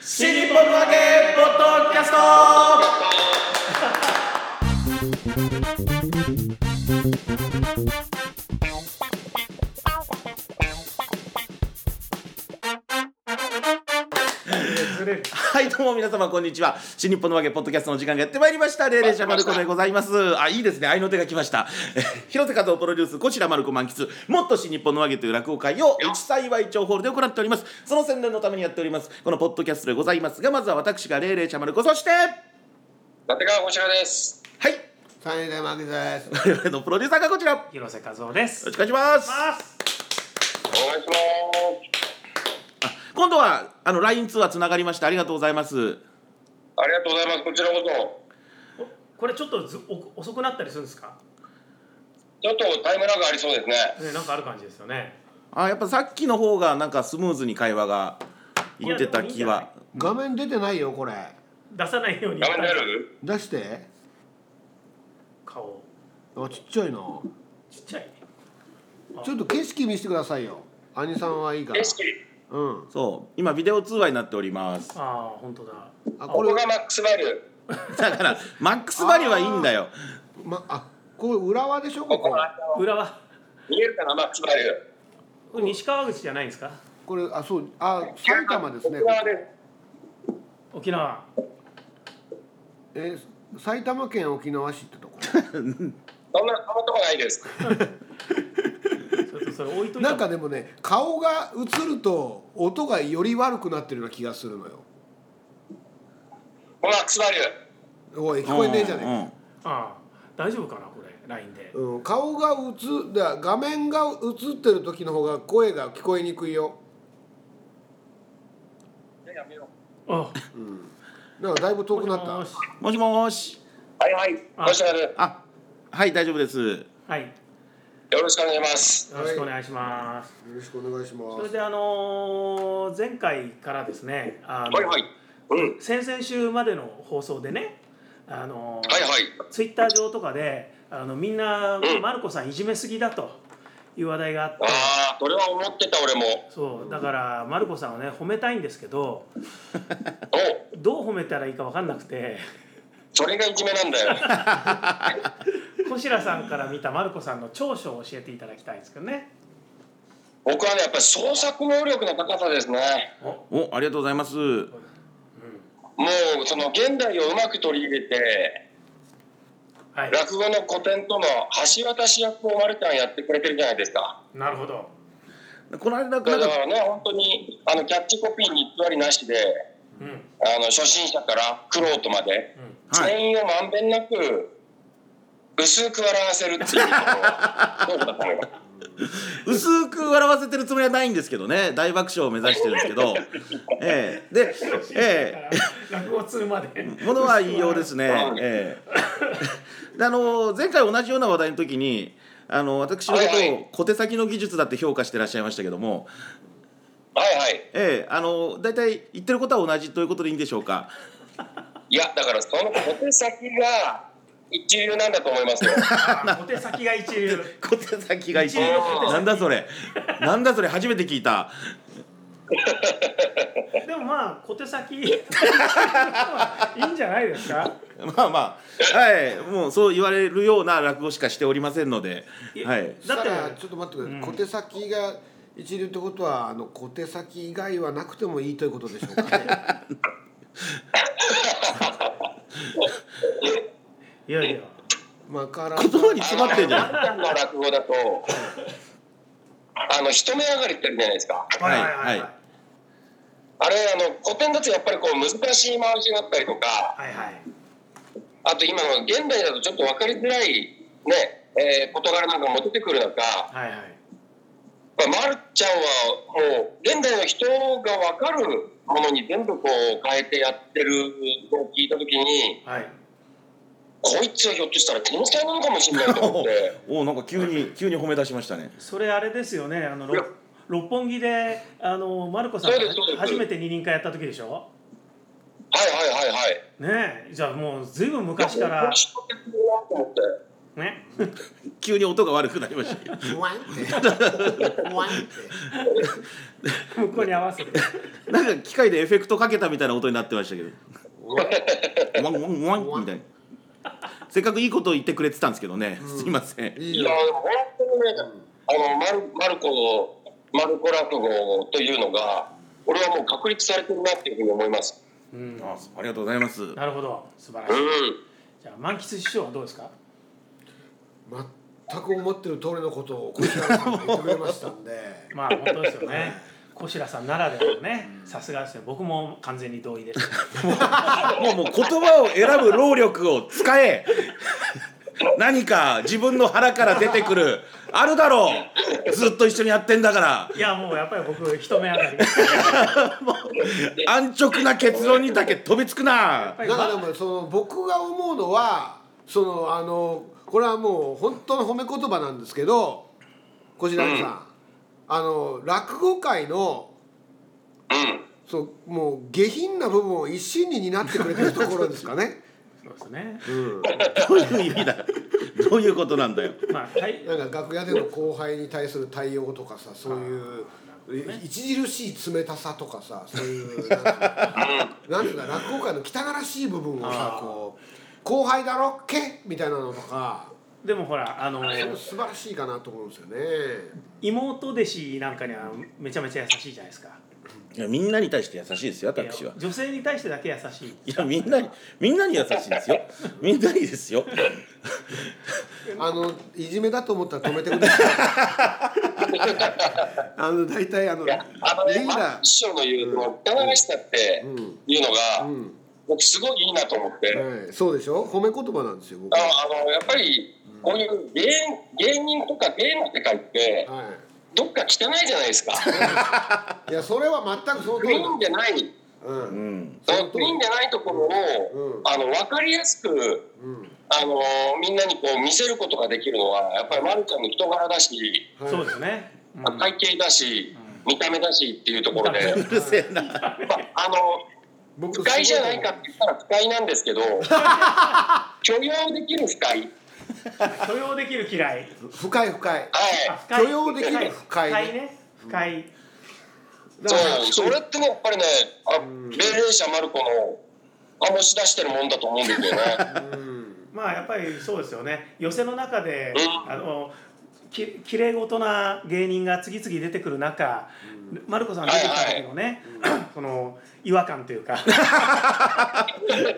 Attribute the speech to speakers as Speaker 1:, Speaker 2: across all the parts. Speaker 1: シリポンだけポッドキャストはいどうも皆様こんにちは新日本のわけポッドキャストの時間がやってまいりましたレイレイシャマルコでございますあいいですね愛の手が来ました え広瀬和夫プロデュースこちらマルコ満喫もっと新日本のわけという落語会を一幸い町ホールで行っておりますその宣伝のためにやっておりますこのポッドキャストでございますがまずは私がレイレイシャマルコそしては
Speaker 2: 立川こちらです。
Speaker 1: い
Speaker 3: サニーで負けです。
Speaker 1: 我々のプロデューサーがこちらよ
Speaker 4: 広瀬和夫です
Speaker 1: ろ。しくお願いします
Speaker 2: お願いします。
Speaker 1: 今度はあの LINE 通話つながりましてありがとうございます
Speaker 2: ありがとうございます。こちらこそ。
Speaker 4: これちょっとずお遅くなったりするんですか？
Speaker 2: ちょっとタイムラグありそうですね。
Speaker 4: ねなんかある感じですよね。
Speaker 1: あやっぱさっきの方がなんかスムーズに会話がいってた気は
Speaker 3: 画面出てないよこれ。
Speaker 4: 出さないように。
Speaker 2: 画面出る？
Speaker 3: 出して。
Speaker 4: 顔
Speaker 3: あちっちゃいな。ち
Speaker 4: ちっちゃいね。
Speaker 3: ょっと景色見せてくださいよ。兄さんはいいから
Speaker 2: 景。色。
Speaker 3: うん。
Speaker 1: そう今ビデオ通話になっております
Speaker 4: ああ本当だ。
Speaker 3: あ
Speaker 2: こ
Speaker 3: これ
Speaker 2: こがマックスバリュー。
Speaker 1: だからマックスバリューはいいんだよ
Speaker 3: まあこれ浦和でしょ
Speaker 2: こ
Speaker 3: こ
Speaker 2: こ
Speaker 3: こ。
Speaker 2: が
Speaker 4: 裏は
Speaker 2: 見えるかなマックスバリュー。
Speaker 4: これ西川口じゃないんですか？
Speaker 3: これあそうあ埼玉ですね。
Speaker 2: 沖縄です。
Speaker 4: 沖縄。
Speaker 3: えー埼玉県沖縄市ってとこ。
Speaker 2: そんなそんなとこないです。
Speaker 4: ちょっとそれ置いといた。
Speaker 3: なんかでもね顔が映ると音がより悪くなってるような気がするのよ。
Speaker 2: このマックスバリュー。
Speaker 3: おい聞こえねえじゃねえか。
Speaker 1: ね
Speaker 4: ああ大丈夫かなこれラインで。
Speaker 3: うん、顔が映だ画面が映ってる時の方が声が聞こえにくいよ、
Speaker 2: やめよ
Speaker 4: あ
Speaker 3: うん、だからだいぶ遠くなった
Speaker 4: もしもし
Speaker 1: もしもーし
Speaker 2: う。はいはい。こちらです。
Speaker 1: あはい大丈夫です
Speaker 4: はい。よ
Speaker 2: よろしくお願いします。
Speaker 4: ろしくお願いします。
Speaker 3: よろしくお願いしま
Speaker 4: それ
Speaker 3: す
Speaker 4: であのー前回からですね。あの
Speaker 2: はいはい。うん。はい
Speaker 4: 先々週までの放送でね。あのー
Speaker 2: はい。
Speaker 4: ツイッター上とかであのみんな
Speaker 2: うん
Speaker 4: マルコさんいじめすぎだという話題があって
Speaker 2: ああ、それは思ってた俺も。
Speaker 4: そうだからマルコさんをね褒めたいんですけど
Speaker 2: お、
Speaker 4: どう褒めたらいいか分かんなくて
Speaker 2: それがいじめなんだよ。
Speaker 4: 小白さんから見たマルコさんの長所を教えていただきたいんですけどね
Speaker 2: 僕はねやっぱり創作能力の高さですね。
Speaker 4: お
Speaker 1: おありがとうございます
Speaker 2: もうその現代をうまく取り入れて。
Speaker 4: はい
Speaker 2: 落語の古典との橋渡し役をマルちゃんやってくれてるじゃないですか。
Speaker 4: なるほど
Speaker 1: この間なん
Speaker 2: だか
Speaker 1: から
Speaker 2: ね、本当にあのキャッチコピーに偽りなしで、
Speaker 4: うんうん
Speaker 2: あの初心者から苦労とまで、
Speaker 1: はい
Speaker 2: 全員をまんべんなく薄く笑わせるっ ていうところはどうだと思います。
Speaker 1: 薄く笑わせてるつもりはないんですけどね大爆笑を目指してるんですけどええでええ
Speaker 4: 落語通まで
Speaker 1: ものは言いよう ですね。ええ、であの前回同じような話題の時にあの私のこと
Speaker 2: はいは
Speaker 1: を小手先の技術だって評価してらっしゃいましたけども、
Speaker 2: はいはい。
Speaker 1: ええ、あの大体言ってることは同じということでいいんでしょうか。
Speaker 2: いやだからその小手先が一流なんだと思いますよ。
Speaker 4: あ小手先が一流
Speaker 1: 小手先が一
Speaker 4: 一流
Speaker 2: の小手
Speaker 1: 緒。
Speaker 2: 先
Speaker 1: なんだそれ。なんだそれ初めて聞いた。
Speaker 4: でもまあ小手先いいんじゃないですか
Speaker 1: まあまあ、はい、もうそう言われるような落語しかしておりませんので、はい。
Speaker 3: そ
Speaker 4: だ
Speaker 3: し
Speaker 4: ったて
Speaker 3: らちょっと待ってください、小手先が一流ってことはあの小手先以外はなくてもいいということでしょうかね
Speaker 4: いやいや
Speaker 3: マカラ
Speaker 1: 言葉に詰まってんじゃん。
Speaker 2: マルちゃんの落語だと、あの一目上がりってあるじゃないですか。
Speaker 1: はい
Speaker 4: はい
Speaker 1: はい
Speaker 2: あれあの古典だとやっぱりこう難しい回しがあったりとか。
Speaker 4: はいはい
Speaker 2: あと今の現代だとちょっと分かりづらい、ねえー事柄なんかも出てくる中、
Speaker 4: はいはい
Speaker 2: まあ、まるちゃんはもう現代の人が分かるものに全部こう変えてやってるのを聞いた時に
Speaker 4: はい
Speaker 2: こいつはひょっとしたら天才なのかもしれないと思 って。
Speaker 1: おおなんか急に急に褒め出しましたね。
Speaker 4: それあれですよねあのろ
Speaker 2: いや
Speaker 4: 六本木であのマルコさん
Speaker 2: そうですそうです
Speaker 4: が初めて二輪会やった時でしょ
Speaker 2: はいはいはいはい。
Speaker 4: ねえじゃあもうずいぶん昔か
Speaker 2: いや
Speaker 4: ら
Speaker 2: 僕人ってすごいなと思って
Speaker 4: ね。
Speaker 1: 急に音が悪くなりましたけど
Speaker 3: ワンってワンって
Speaker 4: 向こうに合わせて。
Speaker 1: なんか機械でエフェクトかけたみたいな音になってましたけど。ワンワンワンみたいな。せっかくいいことを言ってくれてたんですけどね。すいません。
Speaker 3: いい
Speaker 2: い
Speaker 3: よ
Speaker 2: や、でも本当にね、あの、マル、マルコ、マルコ落語というのが、俺はもう確立されてるなっていうふうに思います。
Speaker 4: うん。
Speaker 1: あ、ありがとうございます。
Speaker 4: なるほど。素晴らし
Speaker 2: う
Speaker 4: い。
Speaker 2: ん。
Speaker 4: じゃあ満喫師匠はどうですか。
Speaker 3: 全く思ってる通りのことを小平さんが言ってくれましたんで
Speaker 4: まあ本当ですよ ね。小白さんならではのね、さすがですね。僕も完全に同意です。
Speaker 1: もうもう言葉を選ぶ労力を使え。何か自分の腹から出てくるあるだろうずっと一緒にやってんだから
Speaker 4: いやもうやっぱり僕一目当たり。
Speaker 1: 安直な結論にだけ飛びつくな
Speaker 4: ぱり
Speaker 3: だからでもその僕が思うのはそのあのこれはもう本当の褒め言葉なんですけど小平さん、
Speaker 2: うん
Speaker 3: あの落語界のそうもう下品な部分を一心に担ってくれてるところですか ね。
Speaker 4: そうですね。
Speaker 3: うん
Speaker 1: どういう意味だどういうことなんだよ
Speaker 4: まあはい。
Speaker 3: なんか楽屋での後輩に対する対応とかさそういう、著しい冷たさとかさそういうなんか なんていうんだ落語界の汚らしい部分をさ
Speaker 4: あー
Speaker 3: こう後輩だろっけみたいなのとか
Speaker 4: でもほらあの
Speaker 3: それも素晴らしいかなと思うんですよね。
Speaker 4: 妹弟子なんかにはめちゃめちゃ優しいじゃないですか。
Speaker 1: いやみんなに対して優しいですよ私は
Speaker 4: 女性に対してだけ優しい。
Speaker 1: いやみんなにみんなに優しいですよみんなにですよ
Speaker 3: あのいじめだと思ったら止めて ください。あの大体あの
Speaker 2: いや、あの
Speaker 3: リ
Speaker 2: ね、
Speaker 3: ー
Speaker 2: マ
Speaker 3: ダ
Speaker 2: ッ
Speaker 3: ー、
Speaker 2: ションの言う、その、汚らしさって
Speaker 3: うん
Speaker 2: いうのが、
Speaker 3: うん
Speaker 2: 僕すごいいいなと思って。
Speaker 3: はい、そうでしょ褒め言葉なんですよ僕
Speaker 2: あ
Speaker 3: は。
Speaker 2: のあのやっぱりこういう芸芸人とか芸の世界って
Speaker 3: は
Speaker 2: どっか汚いじゃないですか
Speaker 3: い、いやそれは全くその通
Speaker 2: ク
Speaker 3: り
Speaker 2: リ
Speaker 3: だ
Speaker 2: ーンじゃない
Speaker 3: うん
Speaker 1: うん
Speaker 2: そのクリーンじゃないところを、
Speaker 3: うん
Speaker 2: あの分かりやすく
Speaker 3: うん
Speaker 2: あのみんなにこう見せることができるのはやっぱりマルちゃんの人柄だし、
Speaker 3: はい、
Speaker 4: そうですね。うん
Speaker 2: 体型だし、見た目だしっていうところで
Speaker 1: う、るせえな
Speaker 2: まあ、あの
Speaker 3: 僕
Speaker 2: 不快じゃないかって言ったら不快なんです けど許容できる不快
Speaker 4: 許容できる嫌い。
Speaker 3: 深い深い
Speaker 2: はい。
Speaker 4: 深い
Speaker 3: 許容できる不快ね
Speaker 4: ね。不快。
Speaker 3: だから
Speaker 2: そう、それってね、やっぱりね、あ、霊霊者マルコの。醸し出してるもんだと思うんですよね。
Speaker 3: うん
Speaker 4: まあやっぱりそうですよね寄席の中で
Speaker 2: うん
Speaker 4: あのききれいごとな芸人が次々出てくる中、マルコさんが出てきた時のね、 その違和感というか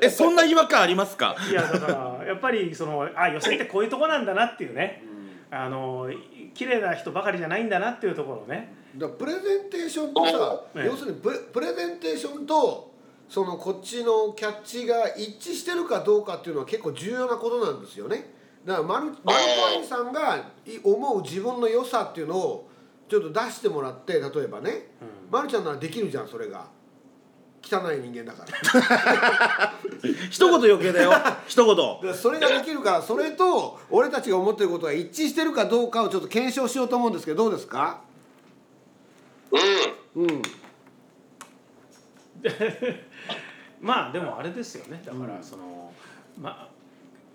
Speaker 1: えそんな違和感ありますか
Speaker 4: いやだからやっぱりそのあ寄席ってこういうとこなんだなっていうねあの綺麗な人ばかりじゃないんだなっていうところをね
Speaker 3: だからプレゼンテーションとさ、
Speaker 4: うん
Speaker 3: 要するにプレプレゼンテーションとそのこっちのキャッチが一致してるかどうかっていうのは結構重要なことなんですよねだからマルマルコアニさんがい思う自分の良さっていうのをちょっと出してもらって例えばね、マルちゃんならできるじゃんそれが汚い人間だから
Speaker 1: 一言余計 だよ一言
Speaker 3: でそれができるからそれと俺たちが思ってることが一致してるかどうかをちょっと検証しようと思うんですけどどうですか
Speaker 2: うん。
Speaker 3: うん
Speaker 4: まあでもあれですよねだからその、まあ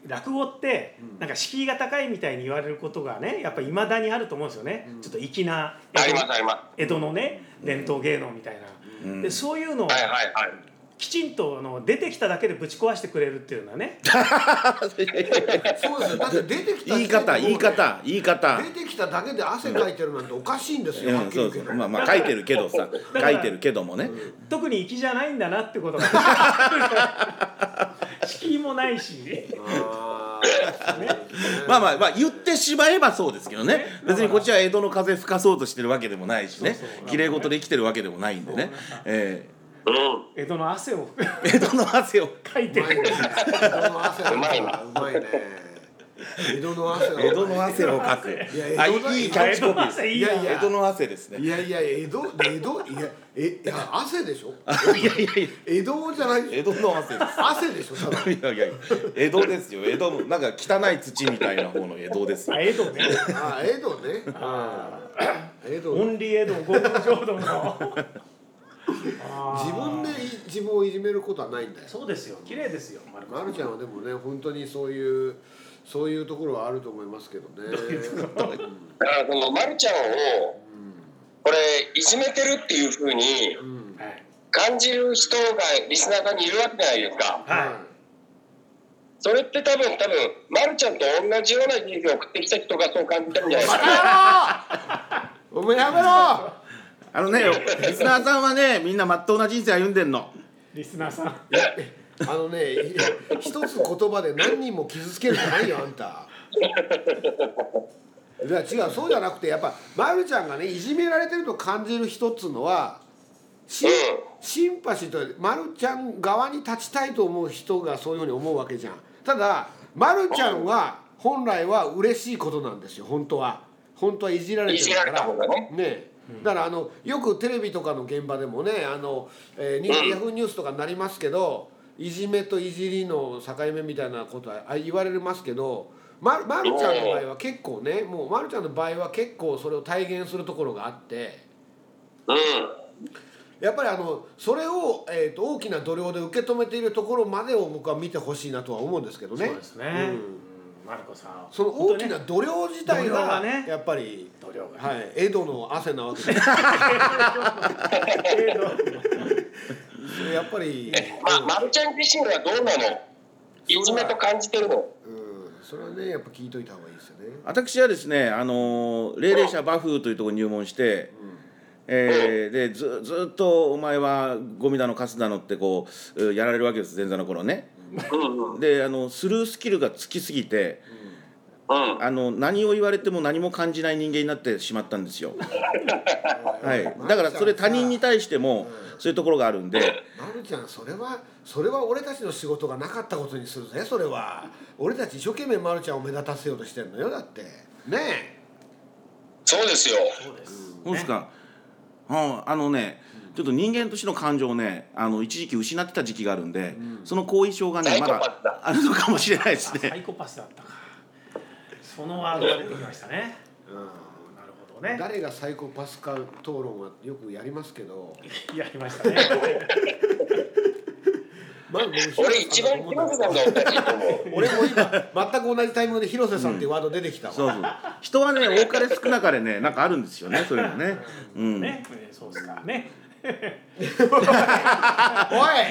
Speaker 4: 落語ってなんか敷居が高いみたいに言われることがねやっぱいまだにあると思うんですよね、ちょっと粋な
Speaker 2: あります、ありま
Speaker 4: 江戸のね伝統芸能みたいな、
Speaker 1: ん
Speaker 4: でそういうのを
Speaker 2: す。はい、はい、はい。
Speaker 4: きちんとあの出てきただけでぶち壊してくれるっていうのはね
Speaker 3: そうですよだって出てきた
Speaker 1: 言い方言い方言い方
Speaker 3: 出てきただけで汗かいてるなんておかしいんです
Speaker 1: う
Speaker 3: よはっ
Speaker 1: ん
Speaker 3: き
Speaker 1: そ
Speaker 3: り言
Speaker 1: う
Speaker 3: うけ
Speaker 1: そう
Speaker 3: ど
Speaker 1: まあまあ書いてるけどさ書いてるけどもね
Speaker 4: 特に粋じゃないんだなってことが敷居もないし
Speaker 3: あーね
Speaker 1: まあまあまあ言ってしまえばそうですけどね別にこっちは江戸の風吹かそうとしてるわけでもないしね
Speaker 4: そうそう
Speaker 1: 綺麗事で生きてるわけでもないんでねえ
Speaker 2: うん。
Speaker 4: 江戸の汗を
Speaker 1: え江戸の汗を
Speaker 4: かいて
Speaker 3: うまい
Speaker 4: る
Speaker 3: ね江戸の汗は
Speaker 2: うまいな
Speaker 3: うまいね江戸の汗は
Speaker 1: 江戸の汗をかせ
Speaker 3: いや
Speaker 1: あ
Speaker 3: 江戸だ
Speaker 1: いいキャッ
Speaker 4: 江
Speaker 1: チコ
Speaker 4: 戸
Speaker 1: ピ
Speaker 4: の
Speaker 1: ーです
Speaker 4: 汗いいない
Speaker 3: やいや
Speaker 1: 江戸の汗ですね
Speaker 3: いやいや江戸江戸いやえいや汗でしょ
Speaker 1: あいやいやいや
Speaker 3: 江戸じゃない
Speaker 1: 江戸の汗です
Speaker 3: 汗でしょただ
Speaker 1: いやいやいや江戸ですよ江戸のなんか汚い土みたいな方の江戸ですよ
Speaker 4: あ江戸ね
Speaker 3: あー江戸ね江戸
Speaker 4: オンリー江戸ゴールド浄土のあー
Speaker 3: 自分でい自分をいじめることはないんだよ
Speaker 4: そうですよ綺麗ですよ丸子
Speaker 3: まるちゃんはでもね本当にそういうそういうところはあると思いますけどね。
Speaker 2: だからそのまるちゃんをこれいじめてるっていうふうに
Speaker 3: うんうん
Speaker 4: はい
Speaker 2: 感じる人がリスナーさんにいるわけじゃないですか
Speaker 4: は
Speaker 2: それって多分多分まるちゃんと同じような人生を送ってきた人がそう感じてるんじゃないですか
Speaker 3: お前やめろ
Speaker 1: あのねリスナーさんはねみんな真っ当な人生歩んでんの
Speaker 4: いリスナーさん
Speaker 3: あのね、い一つ言葉で何人も傷つけるんじゃないよ、あんた。いや違う、そうじゃなくて、やっぱ、まるちゃんがね、いじめられてると感じる一つのは。シン
Speaker 2: うん
Speaker 3: シンパシーというまるちゃん側に立ちたいと思う人がそういうふうに思うわけじゃんただまるちゃんは本来は嬉しいことなんですよ本当は本当はいじられてるか
Speaker 2: いじられた
Speaker 3: ら
Speaker 2: 方がね
Speaker 3: ねだからあのよくテレビとかの現場でもねあの、えーニュー
Speaker 2: うん
Speaker 3: ヤフーニュースとかになりますけどいじめといじりの境目みたいなことはあ言われますけど、ま、まるちゃんの場合は結構ねもうまるちゃんの場合は結構それを体現するところがあって。
Speaker 2: うん
Speaker 3: やっぱりあのそれを、えー、と大きな度量で受け止めているところまでを僕は見てほしいなとは思うんですけどね
Speaker 4: そうですね、うん、マルコさん
Speaker 3: その大きな
Speaker 4: 本
Speaker 3: 度量自体
Speaker 4: 度量
Speaker 3: が
Speaker 4: がね
Speaker 3: やっぱり、
Speaker 4: 当ね度量が、
Speaker 3: はい、江戸の汗なわけです やっぱり、
Speaker 2: えままるちゃん自身はどうなのいじめと感じてるの
Speaker 3: うん、それはねやっぱ聞いといた方がいいですよね
Speaker 1: 私はですねあのー霊霊社バフというところに入門して、えーでずずっとお前はゴミだのカスだのってこううやられるわけです前座の頃ね
Speaker 2: うんうんうん
Speaker 1: であのスルースキルがつきすぎてあの何を言われても何も感じない人間になってしまったんですよ、はい、だからそれ他人に対してもそういうところがあるんで、
Speaker 3: まるちゃんそれはそれは俺たちの仕事がなかったことにするぜそれは俺たち一生懸命まるちゃんを目立たせようとしてるのよだってねえ
Speaker 2: そうですよ
Speaker 4: そうです、
Speaker 1: そうですか。ああのね、ちょっと人間としての感情をね、あの一時期失ってた時期があるんで、その後遺症がね、
Speaker 2: サイ
Speaker 1: ま
Speaker 2: コパスだ
Speaker 1: だあるのかもしれないで
Speaker 4: あ
Speaker 1: す
Speaker 4: サ
Speaker 1: ね。
Speaker 4: イコパスだったかそのワードが出てきましたねなるほどね
Speaker 3: 誰がサイコパスか討論はよくやりますけど、
Speaker 4: やりましたね
Speaker 3: まあ、もう
Speaker 2: 俺一番広瀬さんがおかしいと思う
Speaker 3: 俺も今全く同じタイミングで広瀬さんっていうワード出てきたわ、
Speaker 1: そうそう。人はね、多かれ少なかれね、なんかあるんですよね、そういうのね。うん。
Speaker 4: ねそうですかね
Speaker 3: おい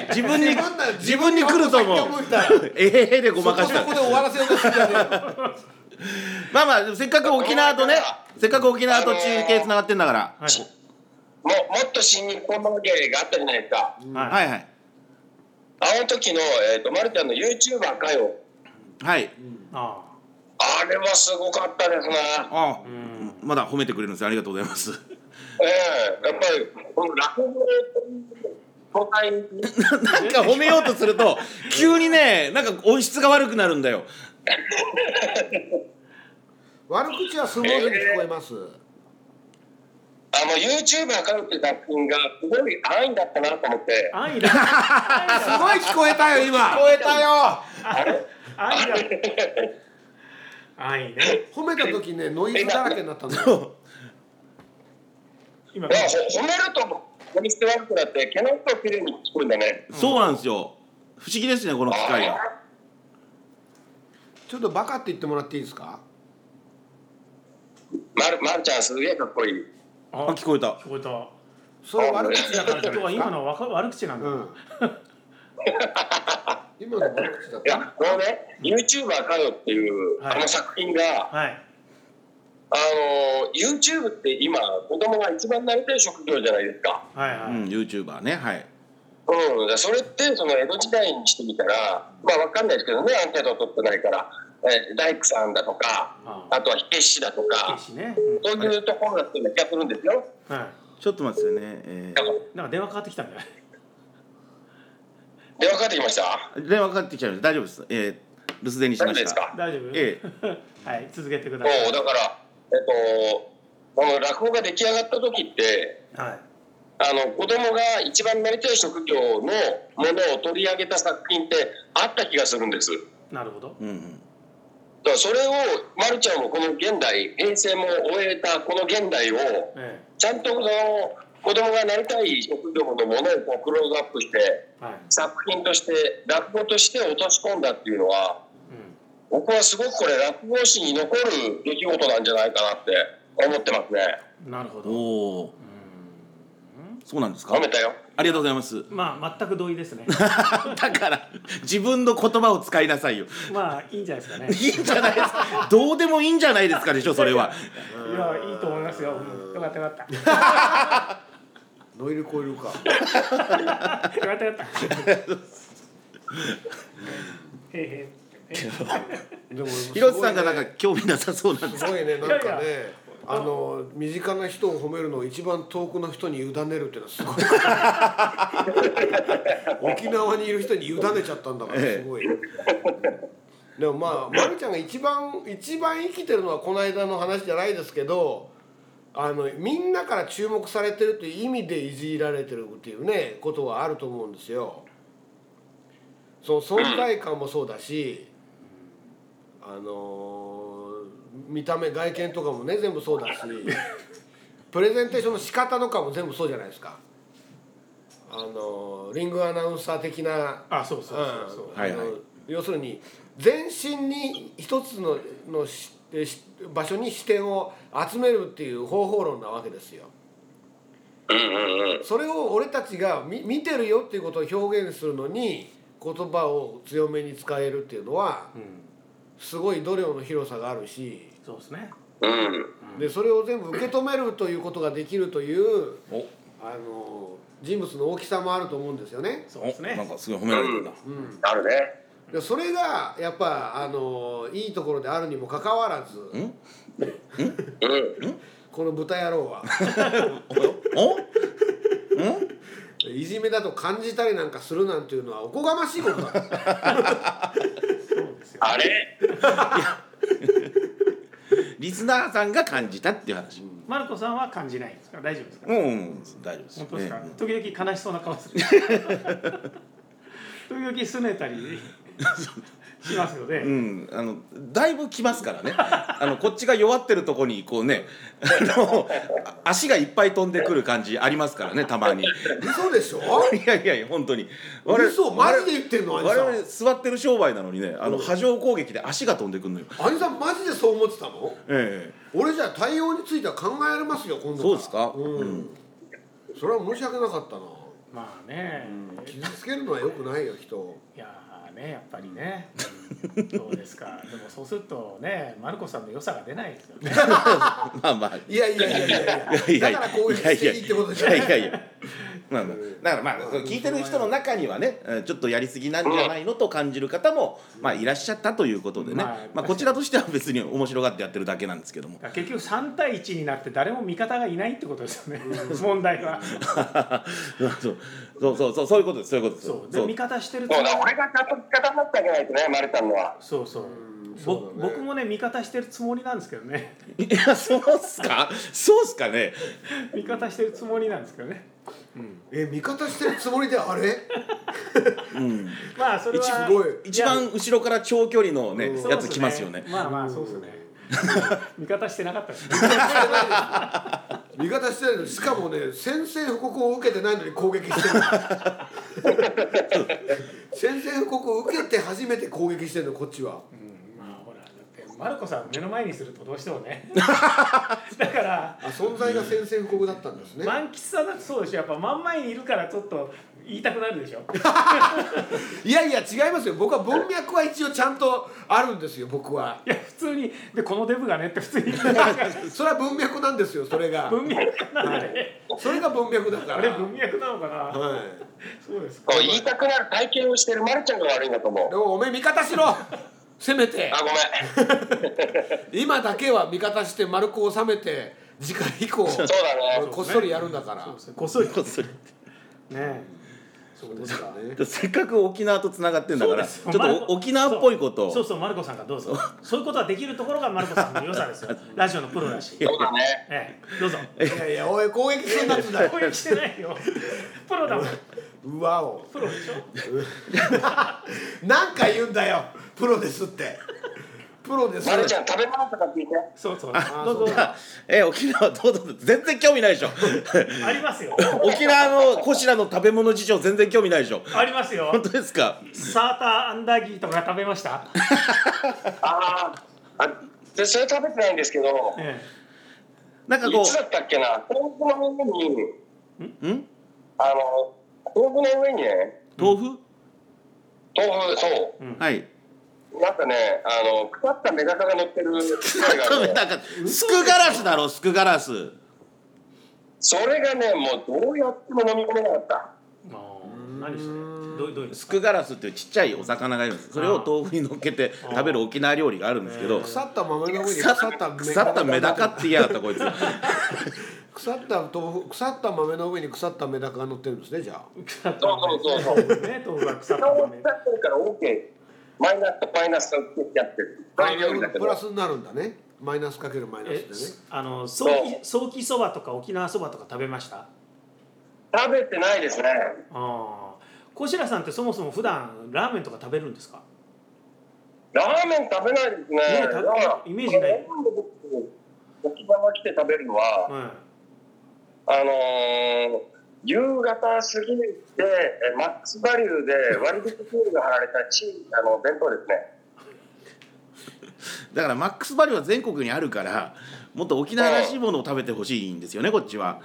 Speaker 1: 自分に自分に来ると思う
Speaker 3: 自分の先を向い。
Speaker 1: えへへでご
Speaker 3: た
Speaker 1: ま
Speaker 3: ら
Speaker 1: か
Speaker 3: そ
Speaker 1: した
Speaker 3: こそ。こで終わらせようとしてたね
Speaker 1: まあまあ、せっかく沖縄とね
Speaker 2: この間、
Speaker 1: せっかく沖縄と中継つながってんだから。
Speaker 4: はい
Speaker 2: ももっと新日本の芸があったじゃないですか
Speaker 4: は
Speaker 1: はいはい
Speaker 2: あの時の、えー、とまるちゃんの YouTuber かよ
Speaker 1: はい。
Speaker 4: あ
Speaker 2: あれはすごかったですね、
Speaker 1: ああ
Speaker 4: ん、
Speaker 1: まだ褒めてくれるんですよ。ありがとうございます。
Speaker 2: ええやっぱりこの落語という素材に
Speaker 1: なんか褒めようとすると急にねなんか音質が悪くなるんだよ
Speaker 3: 悪口はスムーズに聞こえます、
Speaker 2: あの YouTuber かよっていう作品がすごい安易だったなと思って
Speaker 4: あ安易だ安易だ
Speaker 3: すごい聞こえたよ今聞こえたよ
Speaker 4: 安易だ安易ね
Speaker 3: 褒めた時ねノイズだらけになったんだよ
Speaker 4: 今
Speaker 2: でもほ褒めると飲み捨て悪くなって毛の音をきれいに聞こえるんだね
Speaker 1: そうなんですよ不思議ですねこの機械が
Speaker 2: あ
Speaker 3: ちょっとバカって言ってもらっていいですか
Speaker 2: まるまるちゃんすげえかっこいい
Speaker 1: あ
Speaker 4: あ
Speaker 1: 聞こえた
Speaker 4: 聞こえた
Speaker 3: それ悪口だからじゃ
Speaker 4: 今
Speaker 3: な
Speaker 4: 日は
Speaker 3: です
Speaker 4: い今
Speaker 3: か
Speaker 4: のわか悪口なんだ、
Speaker 3: うん今の悪口だっ
Speaker 2: い
Speaker 3: た
Speaker 2: やこのね YouTuber かよっていう、
Speaker 4: はい
Speaker 2: あの作品が
Speaker 4: はい
Speaker 2: あの YouTube って今子供が一番慣れてる職業じゃないですか
Speaker 4: はいは
Speaker 1: う
Speaker 4: い、
Speaker 1: ん YouTuber ねはい
Speaker 2: うん、それってその江戸時代にしてみたら、まあ、わかんないですけどねアンケートを取ってないから、えー大工さんだとか
Speaker 4: ああ
Speaker 2: あとは火消しだと
Speaker 4: いい
Speaker 2: か
Speaker 4: しね、うん
Speaker 2: そういうところだって気がするんですよ
Speaker 4: は
Speaker 1: ちょっと待ってくださいね、え
Speaker 4: い、なんか電話かかってきたんだよ ね
Speaker 2: 電話かかってきました
Speaker 1: ー、電話かかってきちゃいました大丈夫ですえー、留守電にし
Speaker 2: 大
Speaker 1: ま
Speaker 2: 丈夫
Speaker 1: し
Speaker 2: です
Speaker 1: た
Speaker 2: か
Speaker 4: 大丈夫、
Speaker 1: え
Speaker 4: はい続けてください
Speaker 2: もうだから、えっと、この落語が出来上がった時って
Speaker 4: はい
Speaker 2: あの子供が一番なりたい職業のものを取り上げた作品ってあった気がするんです
Speaker 4: なるほど
Speaker 1: うんうん
Speaker 2: だからそれを、ま、るちゃんもこの現代平成も終えたこの現代を
Speaker 4: え
Speaker 2: ちゃんとその子供がなりたい職業のものをこうクローズアップして
Speaker 4: えはい
Speaker 2: 作品として落語として落とし込んだっていうのは
Speaker 4: う
Speaker 2: 僕はすごくこれ落語史に残る出来事なんじゃないかなって思ってますね。
Speaker 4: なるほど
Speaker 1: おおそうなんですか
Speaker 2: 褒めたよ。
Speaker 1: ありがとうございます
Speaker 4: まあ全く同意です ね
Speaker 1: だから自分の言葉を使いなさいよ
Speaker 4: まあいいんじゃないですかね
Speaker 1: いいんじゃないですかどうでもいいんじゃないですかでしょそれはい
Speaker 4: やいいと思いますよ、うんよかったよかった よ
Speaker 3: ノイルコイルか
Speaker 4: かったよかった へいへい
Speaker 3: でもすごいね
Speaker 1: 広瀬さんがなんか興味なさそうなんです
Speaker 3: すごいねなんか
Speaker 4: いや
Speaker 3: ねあの身近な人を褒めるのを一番遠くの人に委ねるっていうのはすごい沖縄にいる人に委ねちゃったんだから
Speaker 1: ええ
Speaker 3: すごい、でもまあ、ま、るちゃんが一番一番生きてるのはこの間の話じゃないですけどあのみんなから注目されてるという意味でいじられてるっていうねことはあると思うんですよ。その存在感もそうだし、あのー見た目外見とかもね全部そうだ しプレゼンテーションの仕方とかも全部そうじゃないですか。あのーリングアナウンサー的な
Speaker 4: あそうそうそうそう、
Speaker 1: んはいはい
Speaker 3: あの要するに全身に一つののしえし場所に視点を集めるっていう方法論なわけですよ。
Speaker 2: うんうんうん。
Speaker 3: それを俺たちが見見てるよっていうことを表現するのに言葉を強めに使えるっていうのは
Speaker 4: うん、
Speaker 3: すごい度量の広さがあるし
Speaker 4: そうですね
Speaker 2: うん。
Speaker 3: でそれを全部受け止めるということができるという
Speaker 1: お
Speaker 3: あの人物の大きさもあると思うんですよね。
Speaker 4: そうですね
Speaker 1: なんかすごい褒められてるな、
Speaker 3: うん
Speaker 2: あるね。
Speaker 3: でそれがやっぱあのいいところであるにもかかわらず
Speaker 1: ん
Speaker 2: うん。
Speaker 3: この豚野郎は
Speaker 1: お
Speaker 3: いじめだと感じたりなんかするなんていうのはおこがましいことだ
Speaker 4: そうですよ
Speaker 2: あれ
Speaker 1: リスナーさんが感じたっていう話
Speaker 4: マルコさんは感じないんですか大丈夫ですか
Speaker 1: うん、うん、大丈夫です
Speaker 4: 本当ですか、
Speaker 1: ええ
Speaker 4: 時々悲しそうな顔する時々拗ねたりしますので、
Speaker 1: うん、あのだいぶ来ますからね あのこっちが弱ってるとこにこうねあ のあ足がいっぱい飛んでくる感じありますからねたまに い
Speaker 3: 嘘でしょ
Speaker 1: やいやいや本当に
Speaker 3: 嘘マジで言ってんの兄
Speaker 1: 我
Speaker 3: さ
Speaker 1: 々
Speaker 3: ん
Speaker 1: 座ってる商売なのにねあの波状攻撃で足が飛んでくるのよ、
Speaker 3: 兄さんマジでそう思ってたの
Speaker 1: え
Speaker 3: 俺じゃあ対応については考えられますよ今度から
Speaker 1: そうですか
Speaker 3: うん、
Speaker 1: うん
Speaker 3: それは申し訳なかったな
Speaker 4: まあね、
Speaker 3: 傷つけるのは良くないよ人を
Speaker 4: いやーねやっぱりね、そうですかでもそうするとねマルコさんの良さが出ないですよね
Speaker 1: えまあまあ
Speaker 3: いやいやいやいや
Speaker 1: いや
Speaker 3: いや
Speaker 1: いや
Speaker 3: だから攻撃していいってことじゃない
Speaker 1: いやいやいやまあまあだからまあその聞いてる人の中にはねうんちょっとやりすぎなんじゃないのと感じる方もまあいらっしゃったということでね、
Speaker 4: まあ
Speaker 1: まあ、こちらとしては別に面白がってやってるだけなんですけども
Speaker 4: だから結局3対1になって誰も味方がいないってことですよね問題は
Speaker 1: そうそうそうそうそういうことですそういうことです
Speaker 4: そうで味方してると
Speaker 2: そうだ、俺がちゃんと味方になってあげないとね、マルちゃんのは。
Speaker 4: そうそう
Speaker 3: うん
Speaker 4: ぼ
Speaker 3: そうだね
Speaker 4: 僕もね味方してるつもりなんですけどね
Speaker 1: いやそうっすかそうっすかね
Speaker 4: 味方してるつもりなんですけどね
Speaker 3: え味方してるつもりであれ
Speaker 4: まあそれは
Speaker 3: 一すごい
Speaker 1: 一番後ろから長距離のね
Speaker 4: そう
Speaker 1: や
Speaker 4: っす
Speaker 1: つ来ますよね
Speaker 4: まあまあそうで すね味方してなかったですね
Speaker 3: 味方してないのにしかもね宣戦布告を受けてないのに攻撃 してる宣戦布告を受けて初めて攻撃してるのこっちは
Speaker 4: まあほらだってマルコさんを目の前にするとどうしても ねだから
Speaker 3: あ存在が宣戦布告だったんですね
Speaker 4: 満喫さんだってそうでしょやっぱ真ん前にいるからちょっと言いたくなるでしょ
Speaker 3: いやいや違いますよ僕は文脈は一応ちゃんとあるんですよ僕はい
Speaker 4: や普通にでこのデブがねって普通に言っ てなんか
Speaker 3: それは文脈なんですよそれが
Speaker 4: 文脈かなあれ
Speaker 3: それが文脈だか
Speaker 4: あ
Speaker 3: ら
Speaker 4: れ文脈なのかな
Speaker 3: はい
Speaker 4: そうですか
Speaker 2: そう言いたくなる体験をしてるマルちゃんが悪いんだと思う
Speaker 3: で。もおめえ味方しろせめて
Speaker 2: あ、ごめん。
Speaker 3: 今だけは味方して丸く収めて次回以降
Speaker 2: そうだね。
Speaker 3: こっそりやるんだから
Speaker 4: そうですねこっそり
Speaker 1: こっそり
Speaker 4: ねそうですか
Speaker 3: ね
Speaker 1: せっかく沖縄とつながってんだからちょ
Speaker 4: そ
Speaker 1: っ
Speaker 4: うです
Speaker 1: とお沖縄っぽいことを
Speaker 4: そうそうそうマルコさんがど うぞそういうことはできるところがマルコさんの良さですよラジオのプロだし
Speaker 2: そうだね。
Speaker 4: ええどうぞ
Speaker 3: いやいやおい攻撃するなっつうんだ
Speaker 4: 攻撃してないよプロだもん
Speaker 3: うわ お
Speaker 4: プロでしょ
Speaker 3: 何回言うんだよプロですってプロです
Speaker 2: まるちゃん食べ物とか聞いて。
Speaker 4: そうそう
Speaker 3: あ
Speaker 4: どうぞ
Speaker 3: そう
Speaker 1: じゃあ え沖縄どうぞ全然興味ないでしょ
Speaker 4: ありますよ
Speaker 1: 沖縄のこちらの食べ物事情全然興味ないでしょ
Speaker 4: ありますよ
Speaker 1: 本当ですか
Speaker 4: サーターアンダーギーとか食べました、
Speaker 2: あーあ、でそれ食べてないんですけど、
Speaker 4: え
Speaker 1: なんかこ
Speaker 2: いつだったっけな、豆腐の上に、
Speaker 1: ううん
Speaker 2: あの、豆腐の上にね、
Speaker 1: 豆腐、
Speaker 2: 豆腐、そ
Speaker 4: えうん、
Speaker 1: はい。
Speaker 2: う、なんかね、あの、腐ったメダカが乗ってる機械が
Speaker 1: ダ
Speaker 2: ね、
Speaker 1: メだからスクガラスだろスクガラス。
Speaker 2: それがね、もうどうやっても飲み込めなかった。
Speaker 4: あー何してどうどういう
Speaker 1: スクガラスっていうちっちゃいお魚がいるんです。それを豆腐に乗っけて食べる沖縄料理があるんですけど。腐
Speaker 3: 腐ったままの上に腐
Speaker 1: っ
Speaker 3: った
Speaker 1: た腐ったメダカって言いやがったこいつ。
Speaker 3: 腐った豆腐腐った豆の上に腐ったメダカが乗ってるんですねじゃあ
Speaker 4: 腐った
Speaker 2: そうそうそうそう。
Speaker 4: ね豆腐が腐った
Speaker 2: 顔を
Speaker 4: 豆
Speaker 2: 使ってるから OK。マイナスとマイナスが受けてやってる。
Speaker 3: あ
Speaker 2: 大料理だけ
Speaker 3: プ
Speaker 2: ど。
Speaker 3: ラスになるんだねマイナスかけるマイナス
Speaker 4: え
Speaker 3: でね
Speaker 4: あの早期早期そばとか沖縄そばとか食べました
Speaker 2: 食べてないですね。
Speaker 4: ああ小白さんってそもそも普段ラーメンとか食べるんですか
Speaker 2: ラーメン食べないですね。
Speaker 4: ね食べな
Speaker 2: だ
Speaker 4: い
Speaker 2: から
Speaker 4: イメージない
Speaker 2: この辺で僕沖縄来て食べるのは、
Speaker 4: うん
Speaker 2: あのー夕方過ぎてえマックスバリューで割引クールが貼られたチーあの弁当ですね。
Speaker 1: だからマックスバリューは全国にあるから、もっと沖縄らしいものを食べてほしいんですよねこっちは。